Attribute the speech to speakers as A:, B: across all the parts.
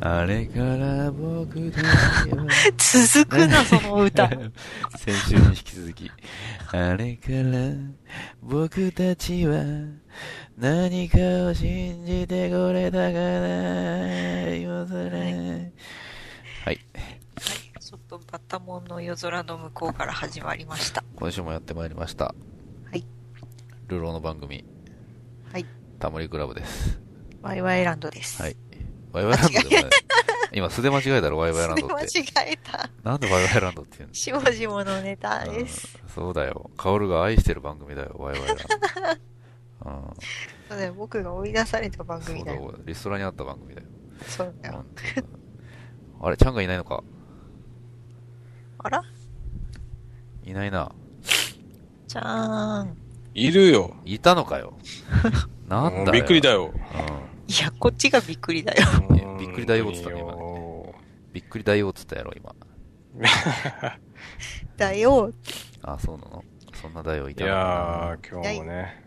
A: あれから僕たちは
B: 続くな、その 歌。
A: 先週に引き続き。あれから僕たちは何かを信じてこれたから、夜空。はい。
B: ちょっとバッタモンの夜空の向こうから始まりました。
A: 今週もやってまいりました。
B: はい。
A: ルローの番組、
B: はい。
A: タモリクラブです。
B: ワイワイランドです。
A: はい。。ワイワイランドでもない。今素で間違えたろ、ワイワイランド
B: 間
A: っ
B: 違
A: て。
B: えた。
A: なんでワイワイランドって言うん
B: しもじものネタです。
A: うんそうだよ。カオルが愛してる番組だよ、ワイワイランド。
B: そうだよ、僕が追い出された
A: う
B: 番
A: ん。そ
B: 組
A: う
B: だ
A: だ
B: よ。
A: よ。リストラにあった番組だよ。
B: そうだよ。
A: うんあれ、ちゃんがいないのか
B: あら
A: いないな。
B: じゃーん。
C: いるよ。
A: いたのか よ。なんだ
C: う
A: よ。
C: んびっくりだよ。
A: う
B: いや、こっちがびっくりだよ。
A: いやびっくりだよっつったね今
C: ね。
A: ん。びっくりだよっつったやろ、今。
B: だよ。
A: あ、そうなのそんなだよ、い
C: い
A: たのか
C: やー、今日もね、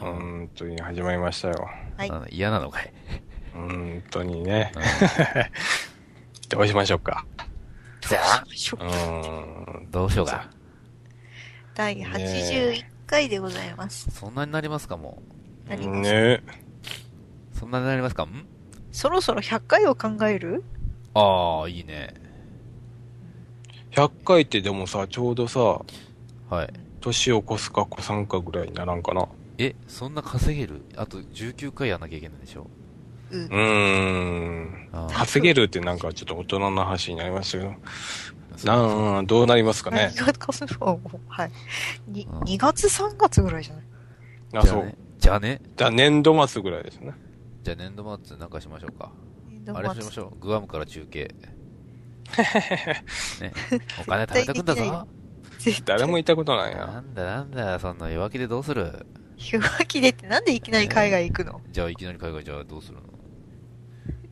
A: なうん
C: 本当に始まりましたよ。
B: はい
A: あの嫌なのかい。
C: 本当にね
A: う。
C: どうしましょうか。
A: じゃあ、
B: しょ
C: うーん。
A: どうしようか。
B: 第81回でございます。
A: そんなになりますか、も
B: なります。
C: ね
A: う。そんなになりますかん
B: そろそろ100回を考える
A: ああ、いいね。
C: 100回ってでもさ、ちょうどさ、
A: はい。
C: 年を越すか越さんかぐらいにならんかな。
A: え、そんな稼げるあと19回やんなきゃいけないでしょ
B: うん
C: う。ーん。
A: あー
C: 稼げるってなんかちょっと大人の話になりましたけど。
A: そう
C: なうん、どうなりますかね
B: 何。がかすのはい。に
A: うん
B: 2月3月ぐらいじゃない
C: あ、
A: じゃ
C: そ
A: あ
C: う
A: ね。。じゃあね。
C: だ年度末ぐらいですね。
A: じゃあ年度末なんかしましょうか。
B: 年度
A: あれしまし
B: 末
A: ょう。グアムから中 継。ね、お金貯めてくんだ
B: 絶対できな
A: ぞ。
B: 絶対
C: 誰も行ったことない
A: な
C: な。
A: んだなんだ、そんな弱気でどうする
B: 日巻きでってなんでいきなり海外行く の
A: じゃあいきなり海外じゃあどうするの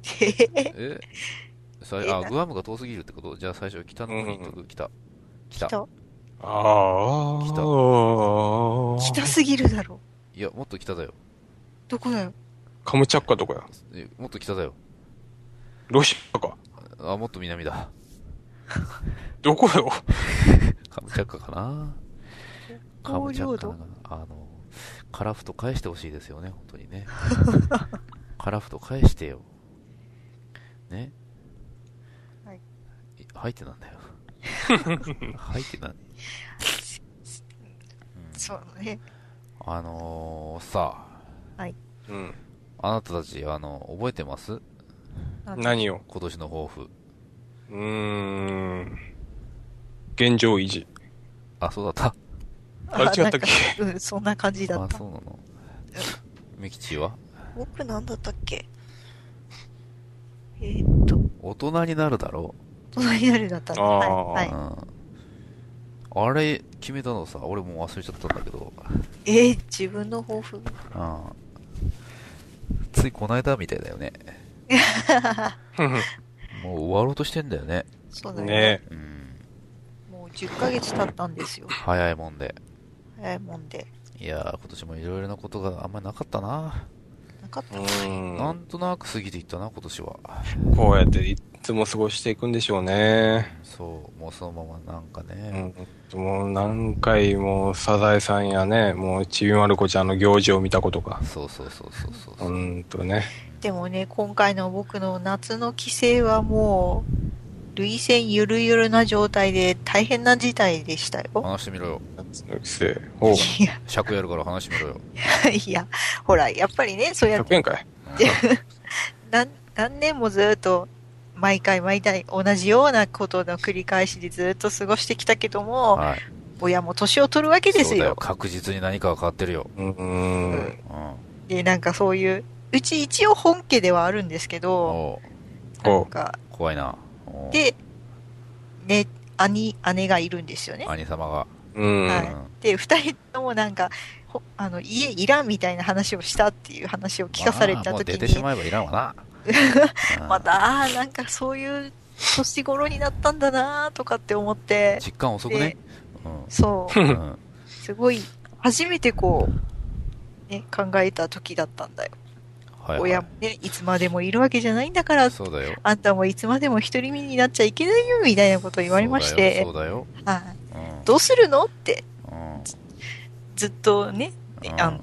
B: 来
A: えさ
B: え
A: あ、
B: な
A: グアムが遠すぎるってことじゃあ最初北の方に行っとく。北。北。
B: た
C: ああ。
A: 来た
B: 北すぎるだろ
A: いや、もっと北だよ。
B: どこだよ
C: カムチャッカとかや。
A: えもっと北だよ。
C: ロシアか。
A: あ、もっと南だ。
C: どこよ。
A: カムチャッカかなカム
B: 高
A: チャッ
B: 領
A: カな
B: 土
A: あの、カラフト返してほしいですよね、本当に ね。カラフト返してよ。ね。
B: はい
A: い入ってなん だよ。入ってなん、うん
B: そうね
A: あのー、さ
C: うん。
A: あ、あなたたち、あの、覚えてます
B: なんだ
C: 何を。
A: 今年の抱負。
C: うーん。現状維持。
A: あ、そうだった。
C: あ違ったっけ
B: なんかうんそんな感じだっ
A: あ、
B: た
A: そうなの。ミキチは
B: 僕なんだったっけえーっと
A: 大人になるだろ
B: 隣にあるだったね
C: あー
B: はいは
A: うん。あれ、決めたのさ、俺もう忘れちゃったんだけど。
B: いえー自分の抱負
A: ああついこの間みたいだよね。もう終わろうとしてんだよね。
B: そうだね
C: ね
A: うん。
B: もう10ヶ月経ったんですよ
A: 早いもんで。
B: 早いもんで
A: いやー、今年もいろいろなことがあんまりなかったな。
B: なかっ
C: う
B: た
A: な
C: ーん。
A: んとなく過ぎていったな、今年は。
C: こうやっていっつも過ごしていくんでしょうね。
A: そう、もうそのままなんか
C: う
A: ね。
C: ん。もう何回もサザエさんやね、もうちびまる子ちゃんの行事を見たことか。
A: そうそうそうそうそう
C: う
A: そう。
C: ーんとね。
B: でもね、今回の僕の夏の帰省はもう、涙腺ゆるゆるな状態で大変な事態でしたよ。
A: 話してみろよ。
C: 夏の帰省。おう。
B: いや、
A: 尺やるから話してみろ よ。
B: いや、ほら、やっぱりね、そうやっ
C: 100
B: て
C: 円かい。
B: 何、何年もずっと、毎回毎回同じようなことの繰り返しでずっと過ごしてきたけども、
A: はい。
B: 親も年を取るわけで
A: そ
B: す
A: うだよ。
B: よ。
A: 確実に何かが変わってるよ。
C: うーん。
A: うん。
B: で、なんかそういう、うち一応本家ではあるんですけど、
A: おう
B: な
C: お
B: ん
C: う。
B: か、
A: 怖いな。おう
B: で、ね、兄、姉がいるんですよね。
A: 兄様が。
C: うん。
B: は
A: うん
B: いで、二人ともなんか、ほあの、家いらんみたいな話をしたっていう話を聞かされた
A: まあもう
B: 時
A: 出てし
B: に、
A: まえばいらんわ な。うん
B: また、ああー、なんかそういう年頃になったんだなーとかって思って、
A: 実感遅くね
B: で。
A: うん
B: そうう、
A: ん。
B: すごい、初めてこう、ね、考えた時だったんだよ。
A: はいはい
B: 親もね、いつまでもいるわけじゃないんだから、
A: そうだよ。
B: あんたもいつまでも独り身になっちゃいけないよ、みたいなこと言われまし
A: そ
B: て、
A: うだよ。
B: はい
A: そうだよ
B: どうするのって、
A: うん。うん
B: ずっとね、
A: うん
B: あの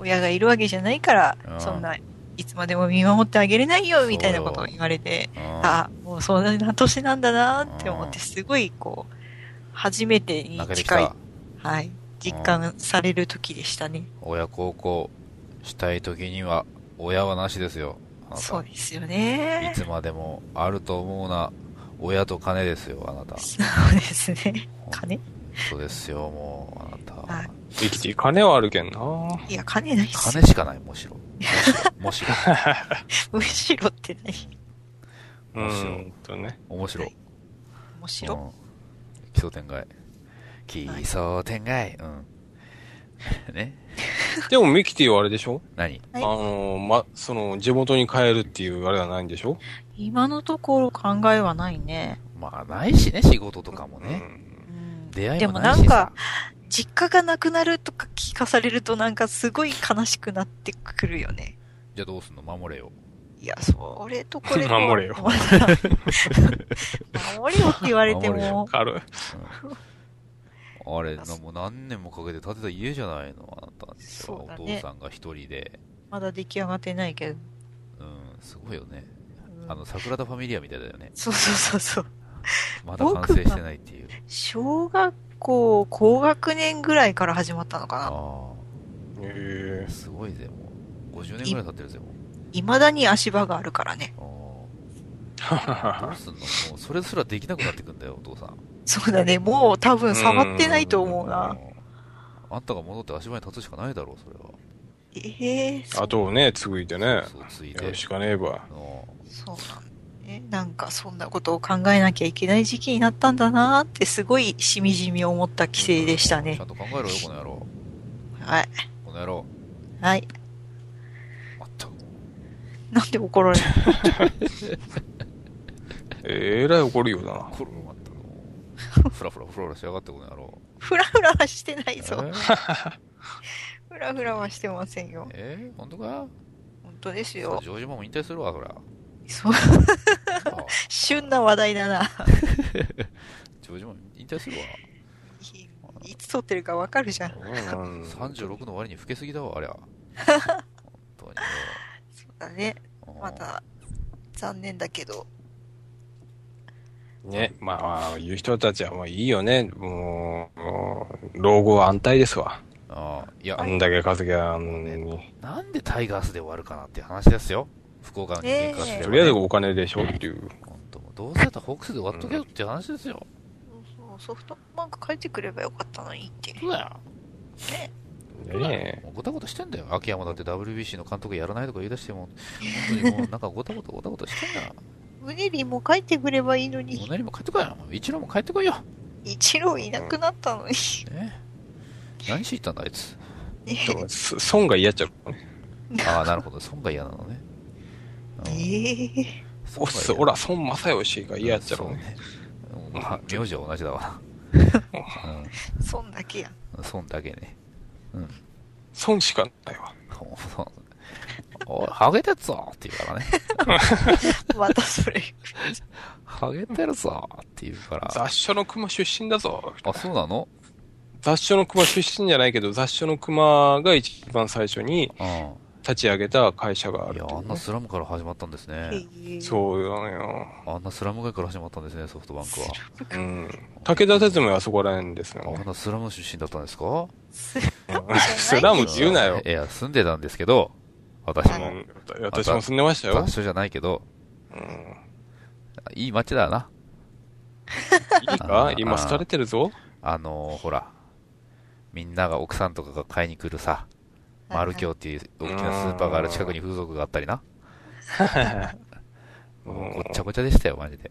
B: 親がいるわけじゃないから、
A: うん
B: そんな、いつまでも見守ってあげれないよ、みたいなこと
A: そ
B: を
A: うよ
B: 言われて、
A: うん
B: あ、もうそんな年なんだなって思っ
A: う
B: て、
A: ん
B: すごい、こう、初めてに
A: 泣けてき
B: 近い
A: た、。
B: はい、実感される時でしたね。
A: 親孝行したい時には、親はなしですよ。あなた
B: そうですよ
A: い
B: ね。
A: つまでもあると思うな、親と金ですよ、あなた。
B: そうですね。金
A: そうですよ、もう、あなた。
B: はい
C: 生きてい金はあるけんな。
B: いや、金ないっすよ。
A: 金しかない、むしろ。むしろ。
B: むしろって何
A: 面
C: う
A: 白い
C: ーんとね。
A: 面白。
B: はいむしろ
A: うん奇想天外。奇想天外。うん。 ね
C: でもミキティはあれでしょ
A: 何
B: は
C: あ
B: い
C: のー、ま、その、地元に帰るっていうあれはないんでしょ
B: 今のところ考えはないね。
A: まあ、ないしね、仕事とかも
C: う
A: ね。
C: ん
B: うん
A: 出会い
B: で
A: も
B: も
A: ない
B: なん
A: し
B: か
A: さ、。
B: 実家がなくなるとか聞かされるとなんかすごい悲しくなってくるよね。
A: じゃあどうすんの守れよ。
B: いや、それとこれと。
C: 守れよ
B: まだ守れよって言われて
A: 守れ
B: も
A: よ。
C: ある。
A: うんあれ、なもう何年もかけて建てた家じゃないのあなた。
B: そうだね
A: お父さんが一人で。
B: まだ出来上がってないけど。
A: うん、すごいよね。
B: うん
A: あの、桜田ファミリアみたいだよね。
B: そうそうそうそう。
A: まだ完成してないっていう。
B: 小学校、高学年ぐらいから始まったのか
A: あ
C: え
A: あ、すごいぜ、もう。50年ぐらい経ってるぜ、もう。
B: な。未だに足場があるからね。
A: ああ。どうすんのもう、それすらできなくなってくんだよ、お父さん。
B: そうだね。もう多分触ってないと思う
A: う。
B: なん
A: あんたが戻って足場に立つしかないだろう、それは。
B: ええ
C: あとをね、継いでね。や
A: そう、ついて
C: る。しかねえば。
A: うん
B: そうなんね。なんかそんなことを考えなきゃいけない時期になったんだなーってすごいしみじみ思った規制でしたね
A: ちゃ。んと考えろよ、この野郎。
B: はい。
A: この野郎。
B: はい。
A: あったく。
B: なんで怒 られる
C: えらい怒るようだな。
A: これまった く。ふらふらふらふらしやがって、この野郎。
B: ふらふらはしてないぞ。
A: え
B: ふらふらはしてませんよ。
A: えー本当か
B: 本当です
A: ジョ
B: よ。
A: ージマも引退するわ、 そりゃ。
B: そう、
A: ああ
B: 旬な話題だな。
A: ジョージマ引退するわ。
B: いいつ撮ってるかわかるじゃん。
C: うん
A: 36の割に老けすぎだわ、あり ゃ。本
B: そうだね。
A: 当によ。
B: また、残念だけど。
C: ね、まあ、言う人たちはもういいよね。もう、もう老後は安泰ですわ。
A: ああ、いや
C: あ、んだけ稼ぎゃ、あのね、
A: なんでタイガースで終わるかなっていう話ですよ。福岡の人間からすれば、ね。
C: とりあえずお金でしょっていう。
A: 本当もうどうせだったらホークスで終わっとけよっていう話ですよ。
B: そうソフトバンク帰ってくればよかったのにって。
A: そうだよ。
C: ね
A: もうごたごたしてんだよ。秋山だって WBC の監督やらないとか言い出して も、本当にもうなんかごたごたごたごたしてんだよ。
B: うねりも帰ってくればいいの
A: もう
B: に。
A: 何も帰ってこいよ。一郎も帰ってこいよ。
B: 一郎いなくなったのに。
A: ね何しに行ったんだ、あいつ。
C: え。でもそ損が嫌っちゃう。
A: ああ、なるほど。損が嫌なのね。うん
B: ええ
A: 損
C: おっ
A: が嫌
C: す、おら、孫正義が嫌っちゃうね。
A: そうね。まあ、名字は同じだ わ。
B: そんだけやん。
A: うん。損だけね。うん。
C: 損しかないわ。
A: そうそうおい、ハゲてっぞって言うからね。
B: またそれ。
A: ハゲてるぞって言うから。
C: 雑所の熊出身だぞ。
A: あ、そうなの
C: 雑所の熊出身じゃないけど、雑所の熊が一番最初に
A: うん。
C: 立ち上げた会社があ
A: い
C: る
A: や、
C: とい
A: あ
C: うんね
A: なスラムから始まったんですね。
B: う。
C: そうだよ。
A: あんなスラム街から始まったんですね、ソフトバンク
C: うん。武田鉄馬はそこら辺ですよ
A: は。あ
C: ね
A: ん。なスラム出身だったんですか
C: スラムって言うなよ
A: い。や、住んでたんですけど、私
B: あ
A: も。
C: うん私も住んでましたよ
A: 雑。所じゃないけど、
C: うん
A: いい街だな。
C: いい
A: あ
C: か
A: ー
C: 今廃れてるぞ。
A: あのー、ほら、みんなが奥さんとかが買いに来るさ、マルキョウっていう大きなスーパーがある近くに風俗があったりな。もうごっちゃごちゃでしたよ、マジで。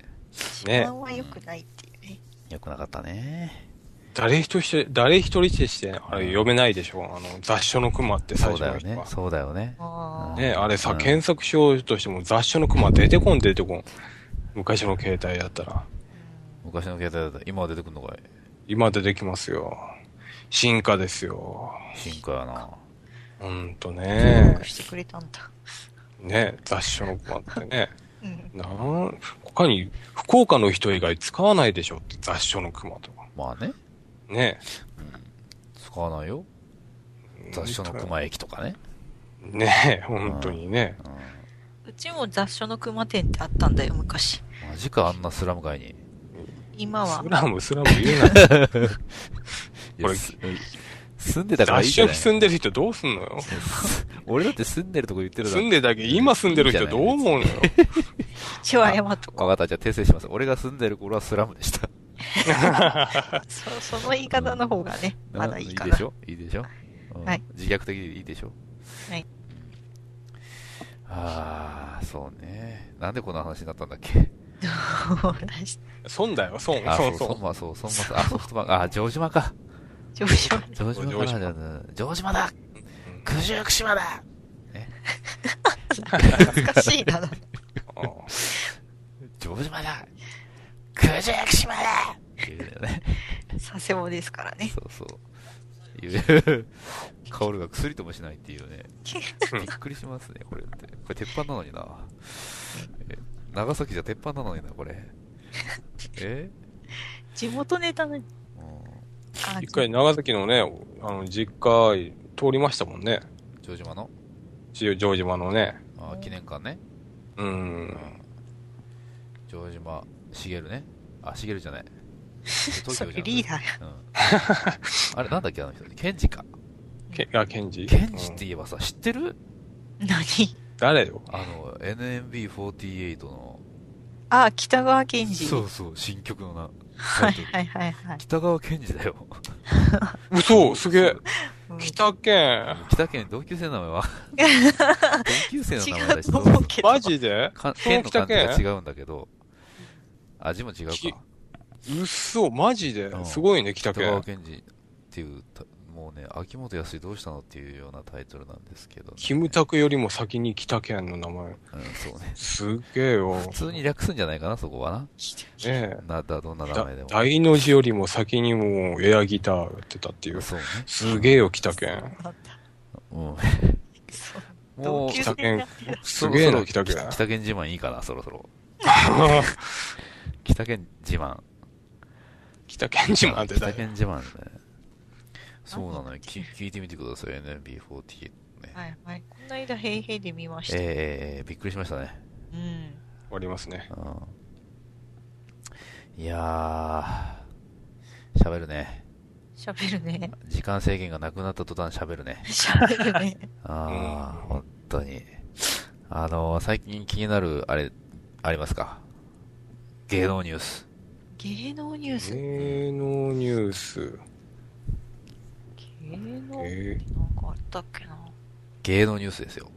C: ね
B: 不。安は良くないっていうね。
A: よくなかったね。
C: 誰一人して、誰一人して、あれ読めないでしょ。あの、雑所の熊って
A: そう
C: 最初
A: だ
C: の
A: よ
C: 人
A: ね
C: は。。
A: そうだよね。
B: あ
A: ー
C: ね、あれ
A: う
C: さ、
A: ん
C: 検索しようとしても雑所の熊出てこん出てこん。昔の携帯だったら。
A: 昔の携帯だったら今は出てくんのかい
C: 今出てきますよ。進化ですよ。
A: 進化やな。
C: ほんと
B: あ。協
C: ね
B: 力。してくれたんだ。
C: ね、雑種のコマってね。
B: うん
C: なん、他に、福岡の人以外使わないでしょって雑種のクマとか。
A: まあね。
C: ね。
A: 使わないよ。雑誌の熊駅とかね。
C: ね本当にね。
A: うん。
B: うちも雑所の熊店ってあったんだよ、昔。
A: マジか、あんなスラム街に。
B: 今は
C: ス。ラム、スラム言う な。
A: い
C: これ
A: やす住んでたからいい
C: 雑
A: じゃ
C: 種
A: ない
C: に住んでる人どうすんのよ。
A: 俺だって住んでるとこ言ってるだ
C: 住
A: ろ
C: ん。でたけど、今住んでる人どう思うのよ。
B: 千葉山と
A: わ
B: か。
A: かった、じゃあ訂正します。俺が住んでる頃はスラムでした。
B: そその言い方の方がね、まだいいか
A: いいで
B: な
A: し。ょいいでしょ、うん
B: はい
A: 自虐的でいいでしょ
B: はい。
A: ああ、そうね。なんでこんな話になったんだっけ
C: 損だよ、損、
A: あ、そ
C: 損、
A: う、そ
C: 損
A: ん。ま、そう、そんま、あ、ソフトバンク、あ、城島か。
B: 上昇
A: 城島か
C: 城島
A: らだよね。城島だ九十九島だ
B: 懐かしいな。
C: うん
A: 城島だ九十九島だっていうよね。
B: 佐世保ですからね。
A: そうそう。いう、薫が薬ともしないっていうね。びっくりしますね、これって。これ鉄板なのにな。え長崎じゃ鉄板なのにな、これ。え
B: 地元ネタの、
A: うん。
B: あ
C: 一回長崎のね、あの、実家、通りましたもんね。
A: 城島の
C: ジョージマのね。
A: あ記念館ね。
C: う。
A: うんん。城島茂ね。あ、茂 じゃない。
B: そ
A: 東京
B: れ
A: じゃん
B: リーダー
A: う
B: や。
A: ん。あれ、なんだっけ、あ の人。ケンジか。
C: けあ、ケンジ
A: ケンジっ
C: う
A: て
C: ん
A: 言えばさ、知ってる
B: 何
C: 誰よ
A: あの、NMB48 の。
B: あ、北川賢治。
A: そうそう、新曲のな。
B: はいはいはいはい。
A: 北川賢治だよ。
C: 嘘すげえ
B: うん
C: 北県
A: 北県同級生の名前は同級生の名前
B: 違
A: だ
B: う
A: し
B: と、思うけど。
C: マジで
A: か
C: そ
A: 県
C: の
A: の感
C: 北
A: じが違
C: 県
A: うんだけど、味も違う
C: き
A: か。
C: 嘘マジで
A: うん
C: すごいね、北
A: 北川
C: 県。
A: 賢治っていうた、もうね、秋元康どうしたのっていうようなタイトルなんですけど、ね。
C: キムタクよりも先に北県の名前。
A: うん、そうね。
C: すげえよ。
A: 普通に略すんじゃないかな、そこはな。
C: ね
A: な、だ、どんな
C: え。
A: 名
C: だ
A: 前でも。
C: 大の字よりも先にもうエアギターやってたっていう。
A: そうね。
C: すげえよ、北県。
A: うん。
B: そう
A: も
B: 同
A: う
B: 級、
C: 北
B: 生
C: 県
B: だ
C: すげえ
A: そ
C: な、
A: ろそ
C: 北
A: ろ
C: 県。
A: 北県自慢いいかな、そろそろ。北県自慢。
C: 北県自慢って
A: 北
C: 誰
A: 県自慢ね。そうなのよ。き聞いてみてください、NB48 ね。
B: はいはい。こんな間、へいへいで見ました。
A: ええびっくりしましたね。
B: うん。
C: 終わりますね。
A: うん、いやー、喋るね。
B: 喋るね。
A: 時間制限がなくなった途端喋るね。
B: 喋るね。
A: あー、
C: うん
A: 本当に。あのー最近気になる、あれ、ありますか芸能ニュース。
B: 芸能ニュース。
C: 芸能ニュース。
B: 芸能なん
C: え
B: かあったっけな。
A: 芸能ニュースですよ。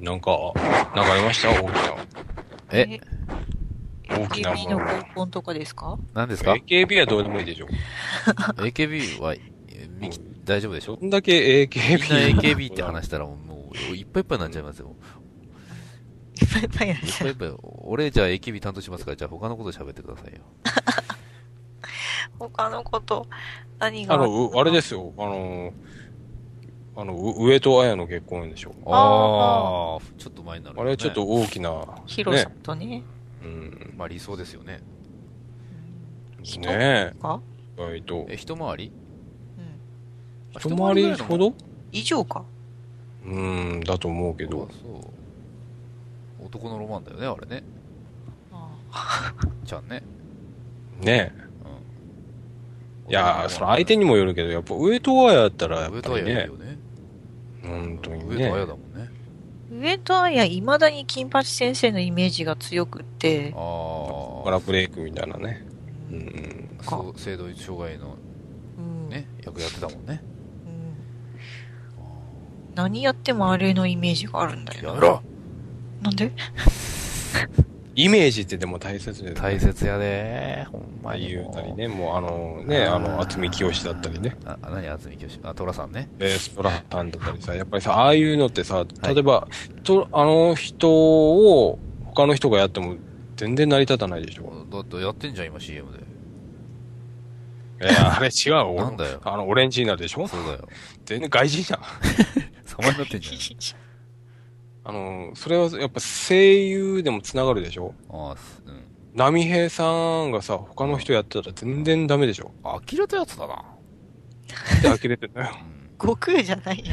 C: ーなんか、なんかありました大きな。
A: え、
C: 大きなも
B: AKB の
C: の
B: 合コンとかですか
A: 何ですか
C: AKB はどうでもいいでしょ。
A: ?AKB は、えみ大丈夫でしょ
C: どんだけ
A: みん
C: AKB
A: な AKB って話したらもうもういっぱいいっぱいになっちゃいますよ。
B: いっぱいいっぱいやっ
A: いっ
B: ち
A: ぱ
B: ゃ
A: いういっぱい。俺じゃあ AKB 担当しますから、じゃあ他のこと喋ってくださいよ。
B: 他のこと、何が。
C: あの、うあれですすよ、あの、あの、う上戸彩の結婚でしょ。
A: ああ、ちょっと前になる、
C: あれはちょっと、大きな、
B: ヒロ
C: ね
B: さん、とね。
C: うん、
A: まあ理想ですよね。
B: 人
C: ね
B: か
C: え、意外と。
A: え、一回り
B: うん。
C: 一回りほど
B: 以上か。
C: うん、だと思うけ
A: け
C: ど。
A: そう。男のロマンだよね、あれね。
B: あ
A: ちゃんね。
C: ね
A: うん。
C: え。いやー、その相手にもよるけど、やっぱ上戸彩だったら、やっ
A: 上
C: ぱ
A: 戸
C: り
A: 彩いい
C: ね
A: よ、ね。
C: 本当に
A: 上戸彩だ
C: ね。
A: もんね。
B: 上戸彩、いまだに金八先生のイメージが強くって、
A: ああ。
C: ガラブレイクみたいなね。う
B: うん
C: ん。
A: そう、性同一障害の
B: うん
A: ね、役やってたもんね。
B: うん
A: あ
B: 何やってもあれのイメージがあるんだ
A: ー
B: よ
A: や
B: な。
A: めろ
B: なんで
C: イメージってでも大切で
A: 大切やでほんまに
C: 言
A: も
C: う
A: う。
C: たりね、もうあの、ね、あの、渥美清だったりね。
A: あ、あ何渥美清あ、寅さんね。
C: レースプラタンだったりさ、やっぱりさ、ああいうのってさ、例えば、とあの人を他の人がやっても全然成り立たないで しょ。
A: だってやってんじゃん、今 CM で。
C: えーあれ違う。
A: なんだよ
C: あの、オレンジになるでしょ
A: そうだよ。
C: 全然外人じゃん。
A: そ様になってんじゃない
C: あの、それはやっぱ声優でもつながるでしょ
A: ああ、すうん。
C: 波平さんがさ、他の人やってたら全然ダメでしょ
A: 呆れたやつだな。
C: って呆れてん だよ。
A: うん。
B: 悟空じゃない よ。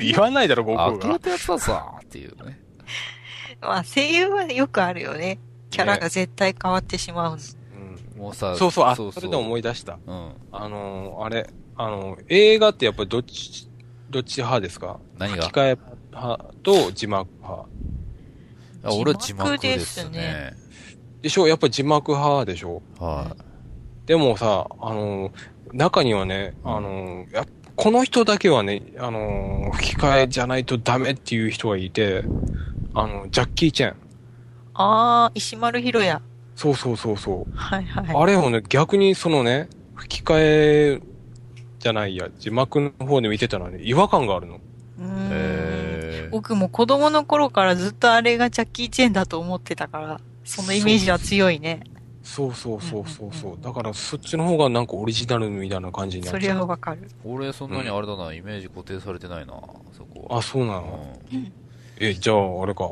C: 言わないだろ、悟
A: 呆
C: 空
A: れ
C: が。
A: たやつださ、っていうね。
B: まあ声優はよくあるよね。キャラが絶対変わってしまう。
C: うん
A: もうさ、
C: そうそう、あ、それで思い出した。
A: うん。
C: あのー、あれ、あのー、映画ってやっぱりどっち、どっち派ですか
A: 何が
C: 吹き替え派と字幕派。
A: あ俺は字幕ですね。
C: でしょやっぱり字幕派でしょ
A: は
C: でもさ、あのー、中にはね、
A: うん
C: あのー、やこの人だけはね、あのー、吹き替えじゃないとダメっていう人がいて、あの、ジャッキー・チェン。
B: ああ、石丸ひろや。
C: そうそうそうそう。
B: はいはい。
C: あれをね、逆にそのね、吹き替えじゃないや、字幕の方で見てたらね、違和感があるの。
B: うー
A: い。
B: ん
A: えー
B: 僕も子供の頃からずっとあれがジャッキー・チェンだと思ってたから、そのイメージは強いね。
C: そうそうそうそう
B: うんうん
C: そ
B: うん
C: う。だからそっちの方がなんかオリジナルみたいな感じになっ
B: そ
C: ち
B: れ
C: ゃ
B: は
C: う。
B: わかる。
A: 俺、そんなにあれだな、イメージ固定されてないな、そこは。
C: あ、そうな
A: う
C: の、
A: ん。
C: え、じゃああれか。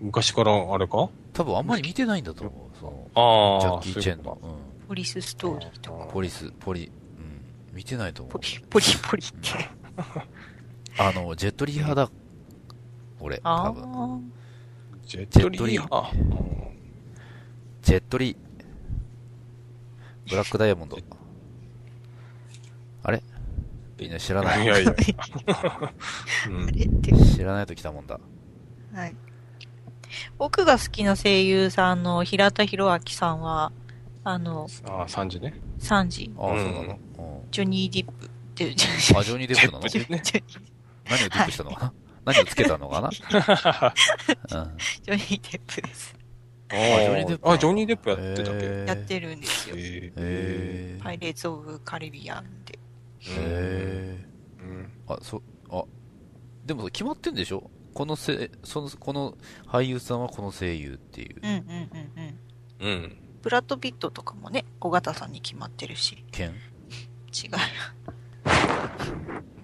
C: 昔からあれか
A: 多分あんまり見てないんだと思う、その、
C: ああ。
A: ジャッキー・チェン
C: そういう
A: の
C: こ。
A: う
B: ポリスストーリーとか。
A: ん。ポリス、ポリ、うん。見てないと思
B: ポ
A: う。
B: リ、ポリポリって。
A: あの、ジェットリー派だ。俺、
B: あ
A: 多分。
B: あ。
C: とジェットリー。
A: ジェット
C: あ、
A: ジェットリー。ブラックダイヤモンド。あれみんな知らないい。
C: やいや。 うん
B: あれって。
A: 知らないと来たもんだ。
B: はい。僕が好きな声優さんの平田博明さんは、あの、
C: あー、3時ね。
B: サンジ、
A: ああ、
C: うん
A: そうなの、うん、
B: ジョニー・ディップっていう、ジ
A: あ、ジ
B: ョ
A: ョニー・デップなの
C: ジェットリーね
B: ジョニー
A: 何をディップしたのかな、 何をつけたのかな、うん、
B: ジョニー・デップです。
C: あ
A: ジョニーデップ
C: ー あ、ジョニー・デップやってたっけ
A: へー
B: やってるんですよ。
C: え
A: へー
B: パイレーツ・オブ・カリビアンで。
A: へ
C: ーうん
A: ーあ、そ、あ、でも決まってんでしょこのせ、その、この俳優さんはこの声優っていう
B: う、んうんうんうん。
C: うん。
B: ブラッド・ピットとかもね、尾形さんに決まってるし、
A: 剣
B: 違う。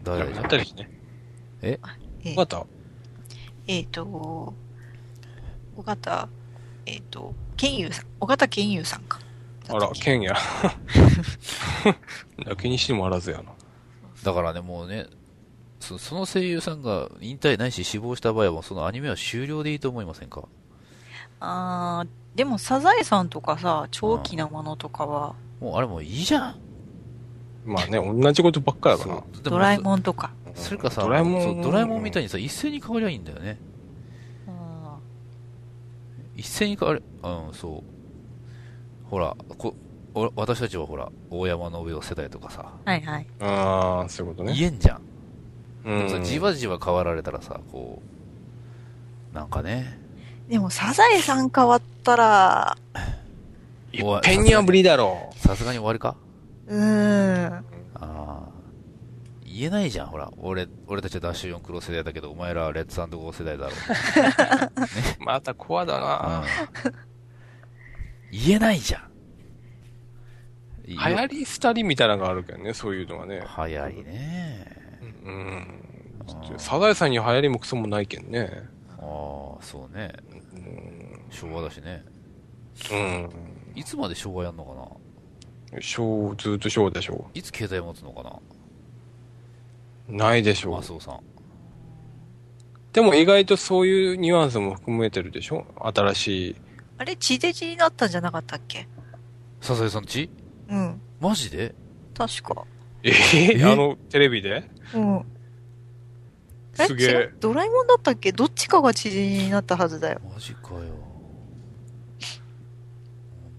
A: 誰じ
C: や
A: ゃ
C: っ、たりしね。
A: え
B: え
C: よかった
B: えーと、尾形、えっ、と、健優さん、尾形健優さんか。
C: あら、剣や。 泣きにしてもあらずやな。
A: だからね、もうね、そその声優さんが引退ないし死亡した場合は、もうそのアニメは終了でいいと思いませんか
B: あーでもサザエさんとかさ、長期なものとかは、
A: もうあれもういいじゃん。
C: まあね、同じことばっかやからな。
A: そうでも
B: ドラえもんとか。
A: それかさ、
C: ドラえもん
A: そうドラえもんみたいにさ、一斉に変わりゃいいんだよね。
B: うん
A: 一斉に変わり、うん、そう。ほら、こお私たちはほら、大山の上を世代とかさ、
B: はいはい。
C: ああ、そういうことね。
A: 言えんじゃん。
C: う
A: でも
C: ん
A: さ、じわじわ変わられたらさ、こう、なんかね、
B: でもサザエさん変わったら、
C: いっぺんには無理だろ
A: さすがに終わりか
B: うーん。
A: ああ。言えないじゃん、ほら。俺、俺たちはダッシュ4クロ世代だけど、お前らはレッツゴー世 代だろう。
C: う。またコアだな。
A: うん言えないじゃん。
C: 流行り廃りみたいなのがあるけどね、そういうのはね。
A: 早いね。
C: うん。
A: あー
C: サザエさんに流行りもクソもないけんね。
A: あー、そうね。
C: うん。
A: 昭和だしね。
C: うん。
A: いつまで昭和やんのかな
C: ショー、ずーっとショーでしょ
A: いつ携帯持つのかな
C: う。ないでしょう
A: マ。スオさん。
C: でも意外とそういうニュアンスも含めてるでしょ新しい。
B: あれ、地デジになったんじゃなかったっけ
A: 笹井さんち
B: うん。
A: マジで
B: 確か。
C: え
A: え
C: あの、テレビで
B: うん。え
C: すげ
B: 違
C: え
B: う。ドラえもんだったっけどっちかが地デジになったはずだよ。
A: マジかよ。本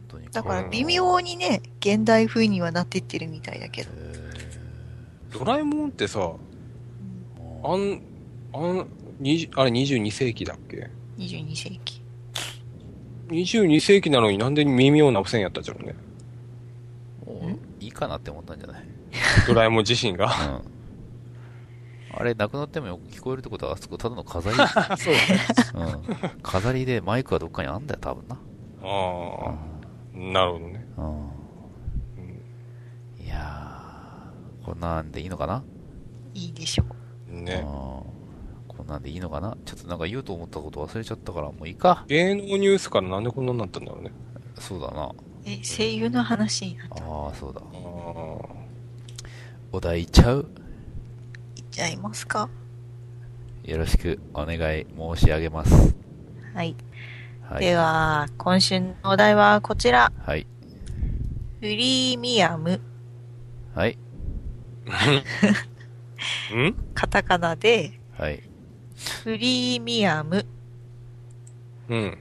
A: 当に
B: だ
A: か。
B: から微妙にね、現代風にはなってってるみたいだけど。
A: へ
C: ドラえもんってさ、
A: ーも
C: あん、あん、20あれ22世紀だっけ
B: 22世紀。
C: 22世紀なのになんで耳を直せんやったじゃん ね。
A: うもういいかなって思ったんじゃない
C: ドラえもん自 身が。
A: うんあれ、なくなってもよく聞こえるってことは、あ そこただの飾り。
C: そうね。
A: うん。飾りでマイクはどっかにあんだよ、多分な。
C: ああ、なるほどね。
A: うん。
C: うん
A: いやー、こんなんでいいのかない
B: いでしょう。
C: う
A: あ
C: ね。
A: ーこんなんでいいのかなちょっとなんか言うと思ったこと忘れちゃったから、もういいか。
C: 芸能ニュースからなんでこんなになったんだろうね。
A: そうだな。
B: え、声優の話になっ
A: ああ、そうだ。
C: あー
A: お題いっちゃう
B: ちゃいますか
A: よろしくお願い申し上げます。
B: はい。
A: はい。
B: では、今週のお題はこちら。
A: はい。
B: フリーミアム。
A: はい。
C: うん
B: カタカナで、
A: はい。
B: フリーミアム。
C: うん。
A: うん。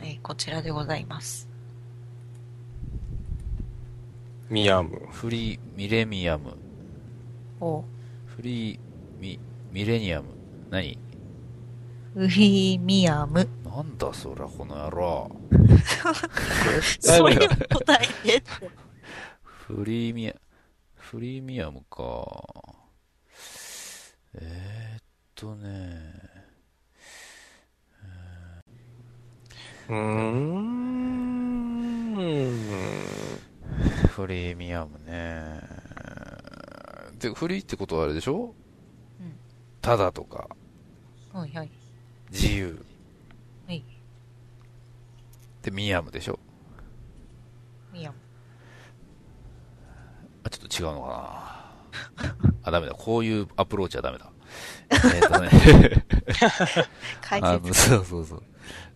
B: はい、こちらでございます。
C: ミヤム。
A: フリーミレミアム。
B: お
A: フリーミ、ミレニアム。何
B: フリーミアム。
A: なんだそら、この野郎。
B: それを答えてって。
A: フリーミア、フリーミアムか。えー、っとね。
C: うーん。
A: フリーミアムね。で、フリーってことはあれでしょ
B: うん
A: ただとか、
B: はいはい。
A: 自由。
B: はい。
A: で、ミアムでしょ
B: ミアム。
A: あ、ちょっと違うのか な。あ、ダメだ。こういうアプローチはダメだ。えーっとね。
B: 解
A: あ
B: 説
A: の、。そうそうそう。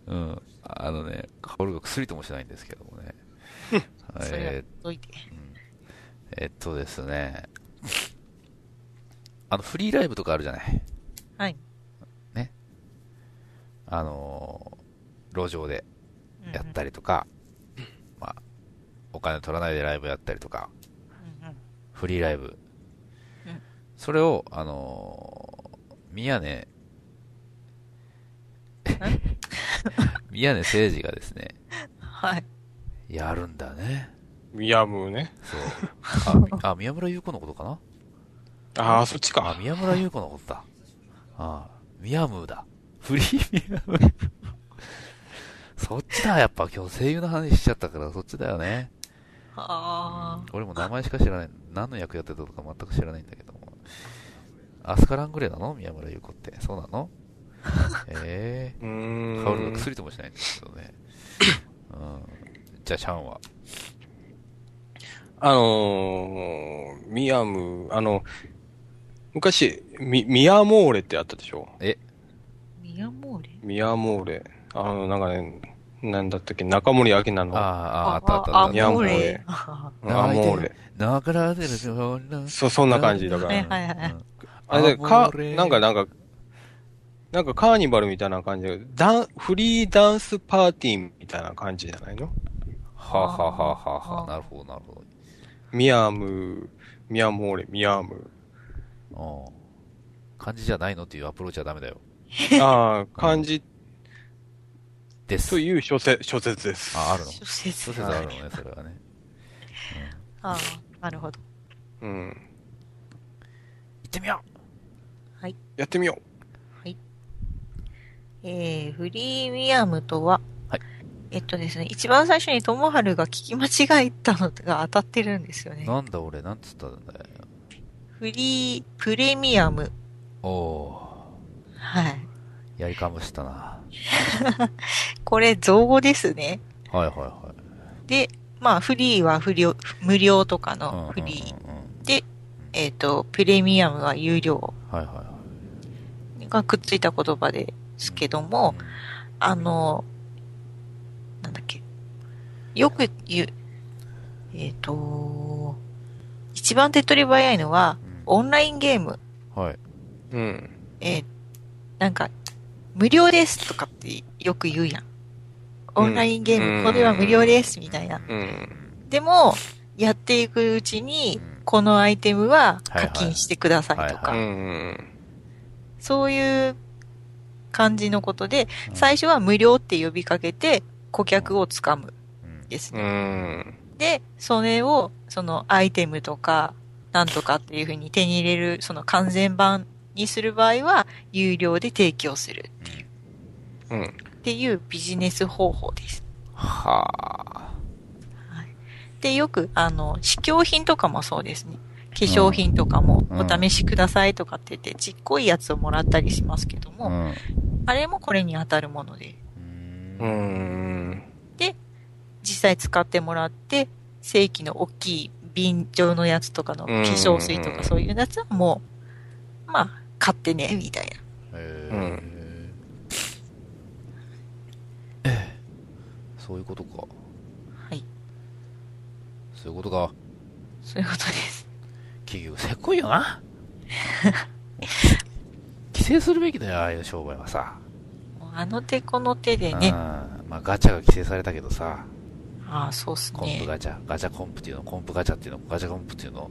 A: うん。あのね、薫が薬ともしないんですけどもね。
B: それは
A: えー
B: どいて。
A: うんえっとですね。あの、フリーライブとかあるじゃない。
B: はい。
A: あのー路上で
B: うん
A: やったりとか、まあ、お金取らないでライブやったりとか、
B: うんうん
A: フリーライブ。
B: うん
A: それを、あのー、宮根、 宮根誠司がですね、
B: はい。
A: やるんだね。
C: ミヤムね。
A: そう。あ、あ宮村優子のことかな
C: ああ、そっち
A: あ
C: か、。
A: 宮村優子のことだ。ああ、ミヤムーだ。フリーミヤム。そっちだ、やっぱ今日声優の話しちゃったからそっちだよね。
B: あ
A: 俺も名前しか知らない。何の役やってたとか全く知らないんだけども。アスカラングレーなの宮村優子って。そうな のえ
C: う
A: え
C: ーん。
A: カオルが薬ともしないんですけどね。うん。じゃあ、シャンは。
C: あのー、ミヤム、あの、昔、ミ、ミヤモーレってあったでしょ
B: ー、ミアモーレ
C: ミヤモーレ。あの、なんかね、なんだったっけ、中森明菜
A: あ
C: の。
A: あ、あったあったあ
B: あ
A: っ
C: ミヤ
B: モ
C: モ
B: ー
C: ー
B: レ
C: レ。
B: あ
C: うんアモーレ。
A: た。なくらでるしょ、な
C: そ、そんな感じだか
B: はい
C: ら。
B: はいはい
A: うん
C: あれで、
A: ア
C: か、
A: モーレ
C: なんかなんか、なんかカーニバルみたいな感じで、ダン、フリーダンスパーティーみたいな感じじゃないの
A: はあ、はあはあはあは
B: あ
A: あ、
B: ー
A: なるほど、なるほ
C: ミヤム、ミヤモーレ、ミ ヤム。
A: ど。うん。漢字じゃないのっていうアプローチはダメだよ。
C: ああ、漢字
A: です
C: と。いう諸説、諸説です。
A: あ、あるの。
B: 諸説
A: 諸説あるのね、それはね。
B: ああ、なるほど。
C: うん。
A: 行ってみよ
C: やってみよ
B: えー、フリーミアムとは、
A: はい
B: えっとですね、一番最初に友春が聞き間違えたのが当たってるんですよ
A: う
B: ね。
A: なんだ俺、なんつったんだよ。
B: フリー、プレミアム。
A: おお
B: はい。
A: ー、やりかもしたな。は
B: これ、造語ですね。
A: いはいは
B: で、まあ、フリーは不良無料とか
A: い。うんうんうん
B: の
A: うん
B: フリー。えっ、と、プレミアムは有料
A: はいはいはい。
B: がくっついた言葉ですけども、あの、なんだっけ。よく言う、えっ、と、一番手っ取り早いのは、
A: うん、
B: オンラインゲーム、
A: うんはい。
C: う。うん。
B: えーなんか、無料ですとかってよく言うやん。オンラインゲー
C: う
B: ム、
C: ん
B: これは無料です、みたいな。
C: うん。
B: でも、やっていくうちに
A: うん、
B: このアイテムは
A: はいはい
B: 課金してくださいと
C: う
A: は
B: か、
C: ん。
B: そういう感じのことで、
A: うん
B: 最初は無料って呼びかけて、顧客をつかむ
A: うん
B: です
C: う
B: ね。
C: ん。
B: で、それを、そのアイテムとか、なんとかっていうふうに手に入れる、その完全版にする場合は、有料で提供する
C: うん。
B: っていうビジネス方法です。
C: はあ。
B: で、よく、あの、試供品とかもそうですね。粧品とかも
A: うん
B: お試しくださいとかって言って、ちっこいやつをもらったりしますけど
A: う
B: も、
A: ん。
B: あれもこれに当たるもので、
C: うーん。
B: 実際使ってもらって、正規の大きい瓶状のやつとかの化粧水と
C: うん
B: かそういうやつはもう、まあ、買ってね、みたいな。
A: へ
C: う
A: え。そういうことか。
B: はい。
A: そういうことか。
B: そういうことです。
A: 企業、せっこいよ な。規制するべきだよ、ああいう商売はさ。
B: もうあの手この手で
A: うん。
B: ね。
A: まあ、ガチャが規制されたけどさ。
B: ああ、そうっす
A: コン
B: ね
A: プ。ガチャ、ガチャコンプっていうの、コンプガチャっていうの、ガチャコンプっていうの。
B: ど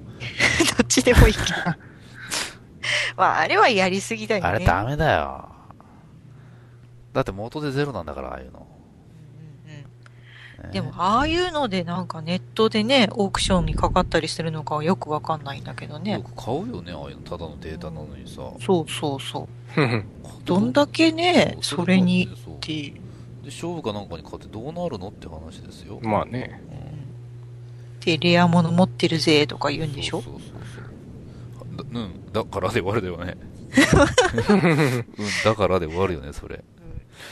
B: っちでもいい けど。まあ、あれはやりすぎだよね。
A: あれダメだよ。だって元でゼロなんだから、ああいうの。
B: うんうんうん
A: ね
B: でも、ああいうのでなんかネットでね、オークションにかかったりするのかはよくわかんないんだけど
A: よ
B: ね。
A: く買うよね、ああいうの。ただのデータなのにさ。
B: そうそうそう。
C: ふんふん
B: どんだけね、
A: そう
B: それに
A: そう
B: っ
A: で、
B: ていう。
A: 勝負かなんかに勝ってどうなるのって話ですよ。
C: まあね。
B: で、レアもの持ってるぜ、とか言うんでしょ
A: そうそうそうそう。だうん、だからで終わるだよね。うん、だからで終わるよね、それ。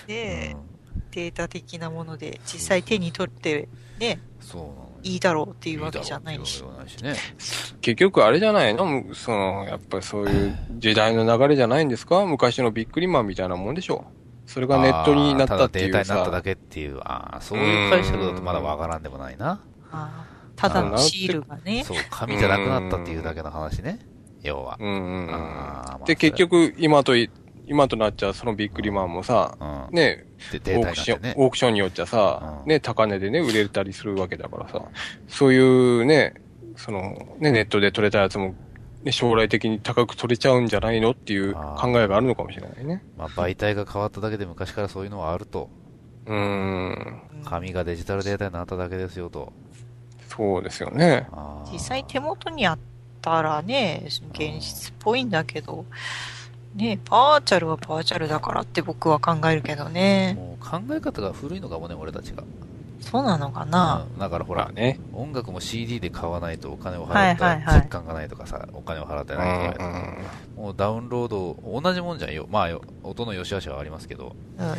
B: で
A: う、ん、
B: データ的なもので、実際手に取って、ね、
A: そうなの。
B: いいだろうっていうわけじゃない
A: い
B: し
A: だ。ろうっていうわけじゃないしね。
C: 結局あれじゃないのもうその、やっぱりそういう時代の流れじゃないんですか昔のビックリマンみたいなもんでしょそれがネットになったってい
A: あーただデータ
C: う
A: になっただ
C: さ。
A: けっていう、ああ、そういう解釈だとまだわからんでもないな。
B: あーただのシールがね。
A: そう、紙じゃなくなったっていうだけの話ね。要は。
C: うんうんうん
A: あーまあ
C: で、結局、今とい、今となっちゃうそのビックリマンもさ、
A: うん。
C: ね、
A: で、
C: オ
A: データ
C: ーク
A: になっ
C: シ
A: て
C: ョン
A: ね、。
C: オークションによっちゃさ、
A: うん
C: ね、高値でね、売れたりするわけだからさ、そういうね、その、ね、ネットで取れたやつも、ね、将来的に高く取れちゃうんじゃないのっていう
A: あー
C: 考えがあるのかもしれないね。
A: まあ、媒体が変わっただけで昔からそういうのはあると。
C: うーん。
A: 紙がデジタルデータになっただけですよと。
C: そうですよね。
A: あー
B: 実際手元にあったらね、現実っぽいんだけど、ね、バーチャルはバーチャルだからって僕は考えるけどね。
A: もう考え方が古いのかもね、俺たちが。
B: そうなのかな、
A: うんだからほ
C: ほら
A: ら、
C: ね。
A: 音楽も CD で買わないとお金を
B: は
A: 払っ
B: いは
A: た
B: いはい
A: 実感がないとかさ、お金を払って
C: う
A: ないとか、
C: ん
A: もうダウンロード、同じもんじゃんよ。まあよ、音の良し悪しはありますけど。
B: うん、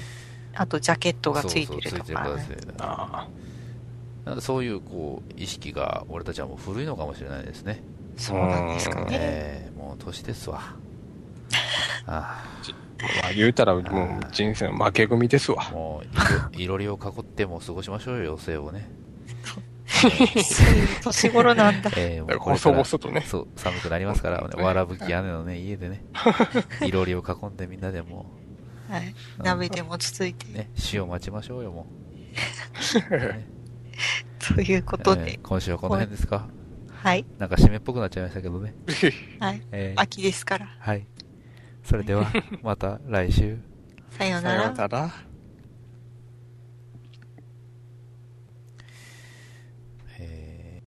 B: あとジャケットがついてる
A: そうそうついて
B: と
A: る
B: か、
A: やつ
B: ね。
A: で
C: あ
A: なんでそういうこう意識が俺たちはもう古いのかもしれないですね。
B: そうなんですかね。
A: ええもう年ですわ。 あ
C: ーまあ、言うたら、もう人生の負け組です
A: あ
C: わ。
A: もういろいろりを囲ってもう過ごしましょうよ、余生をね。
B: そういう年頃なん だ。
A: ええもうこれか
C: 細々
A: ら
C: とね。
A: そう寒くなりますから、 ね、わらぶき屋根のね家でね、いろりを囲んでみんなでも
B: はい、
A: うん
B: 鍋でもつついて、
A: うね死を待ちましょうよも う。ね
B: ということで、
A: ええ今週はこの辺ですか。
B: はい、
A: なんか締めっぽくなっちゃいましたけどね。
B: はい、
A: ええ
B: 秋ですから。
A: はい。それではまた来週。
B: さようなら。
C: ら。